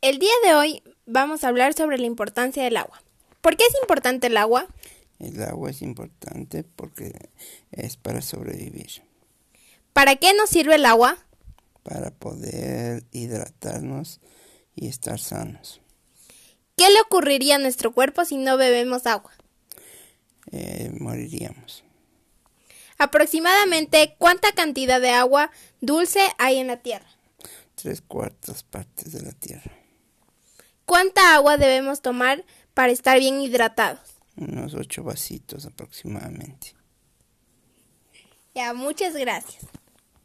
El día de hoy vamos a hablar sobre la importancia del agua. ¿Por qué es importante el agua? El agua es importante porque es para sobrevivir, ¿Para qué nos sirve el agua? para poder hidratarnos y estar sanos. ¿Qué le ocurriría a nuestro cuerpo si no bebemos agua? Eh, moriríamos. Aproximadamente, ¿cuánta cantidad de agua dulce hay en la Tierra? Tres cuartas partes de la tierra. ¿Cuánta agua debemos tomar para estar bien hidratados? Unos ocho vasitos aproximadamente. Ya, muchas gracias.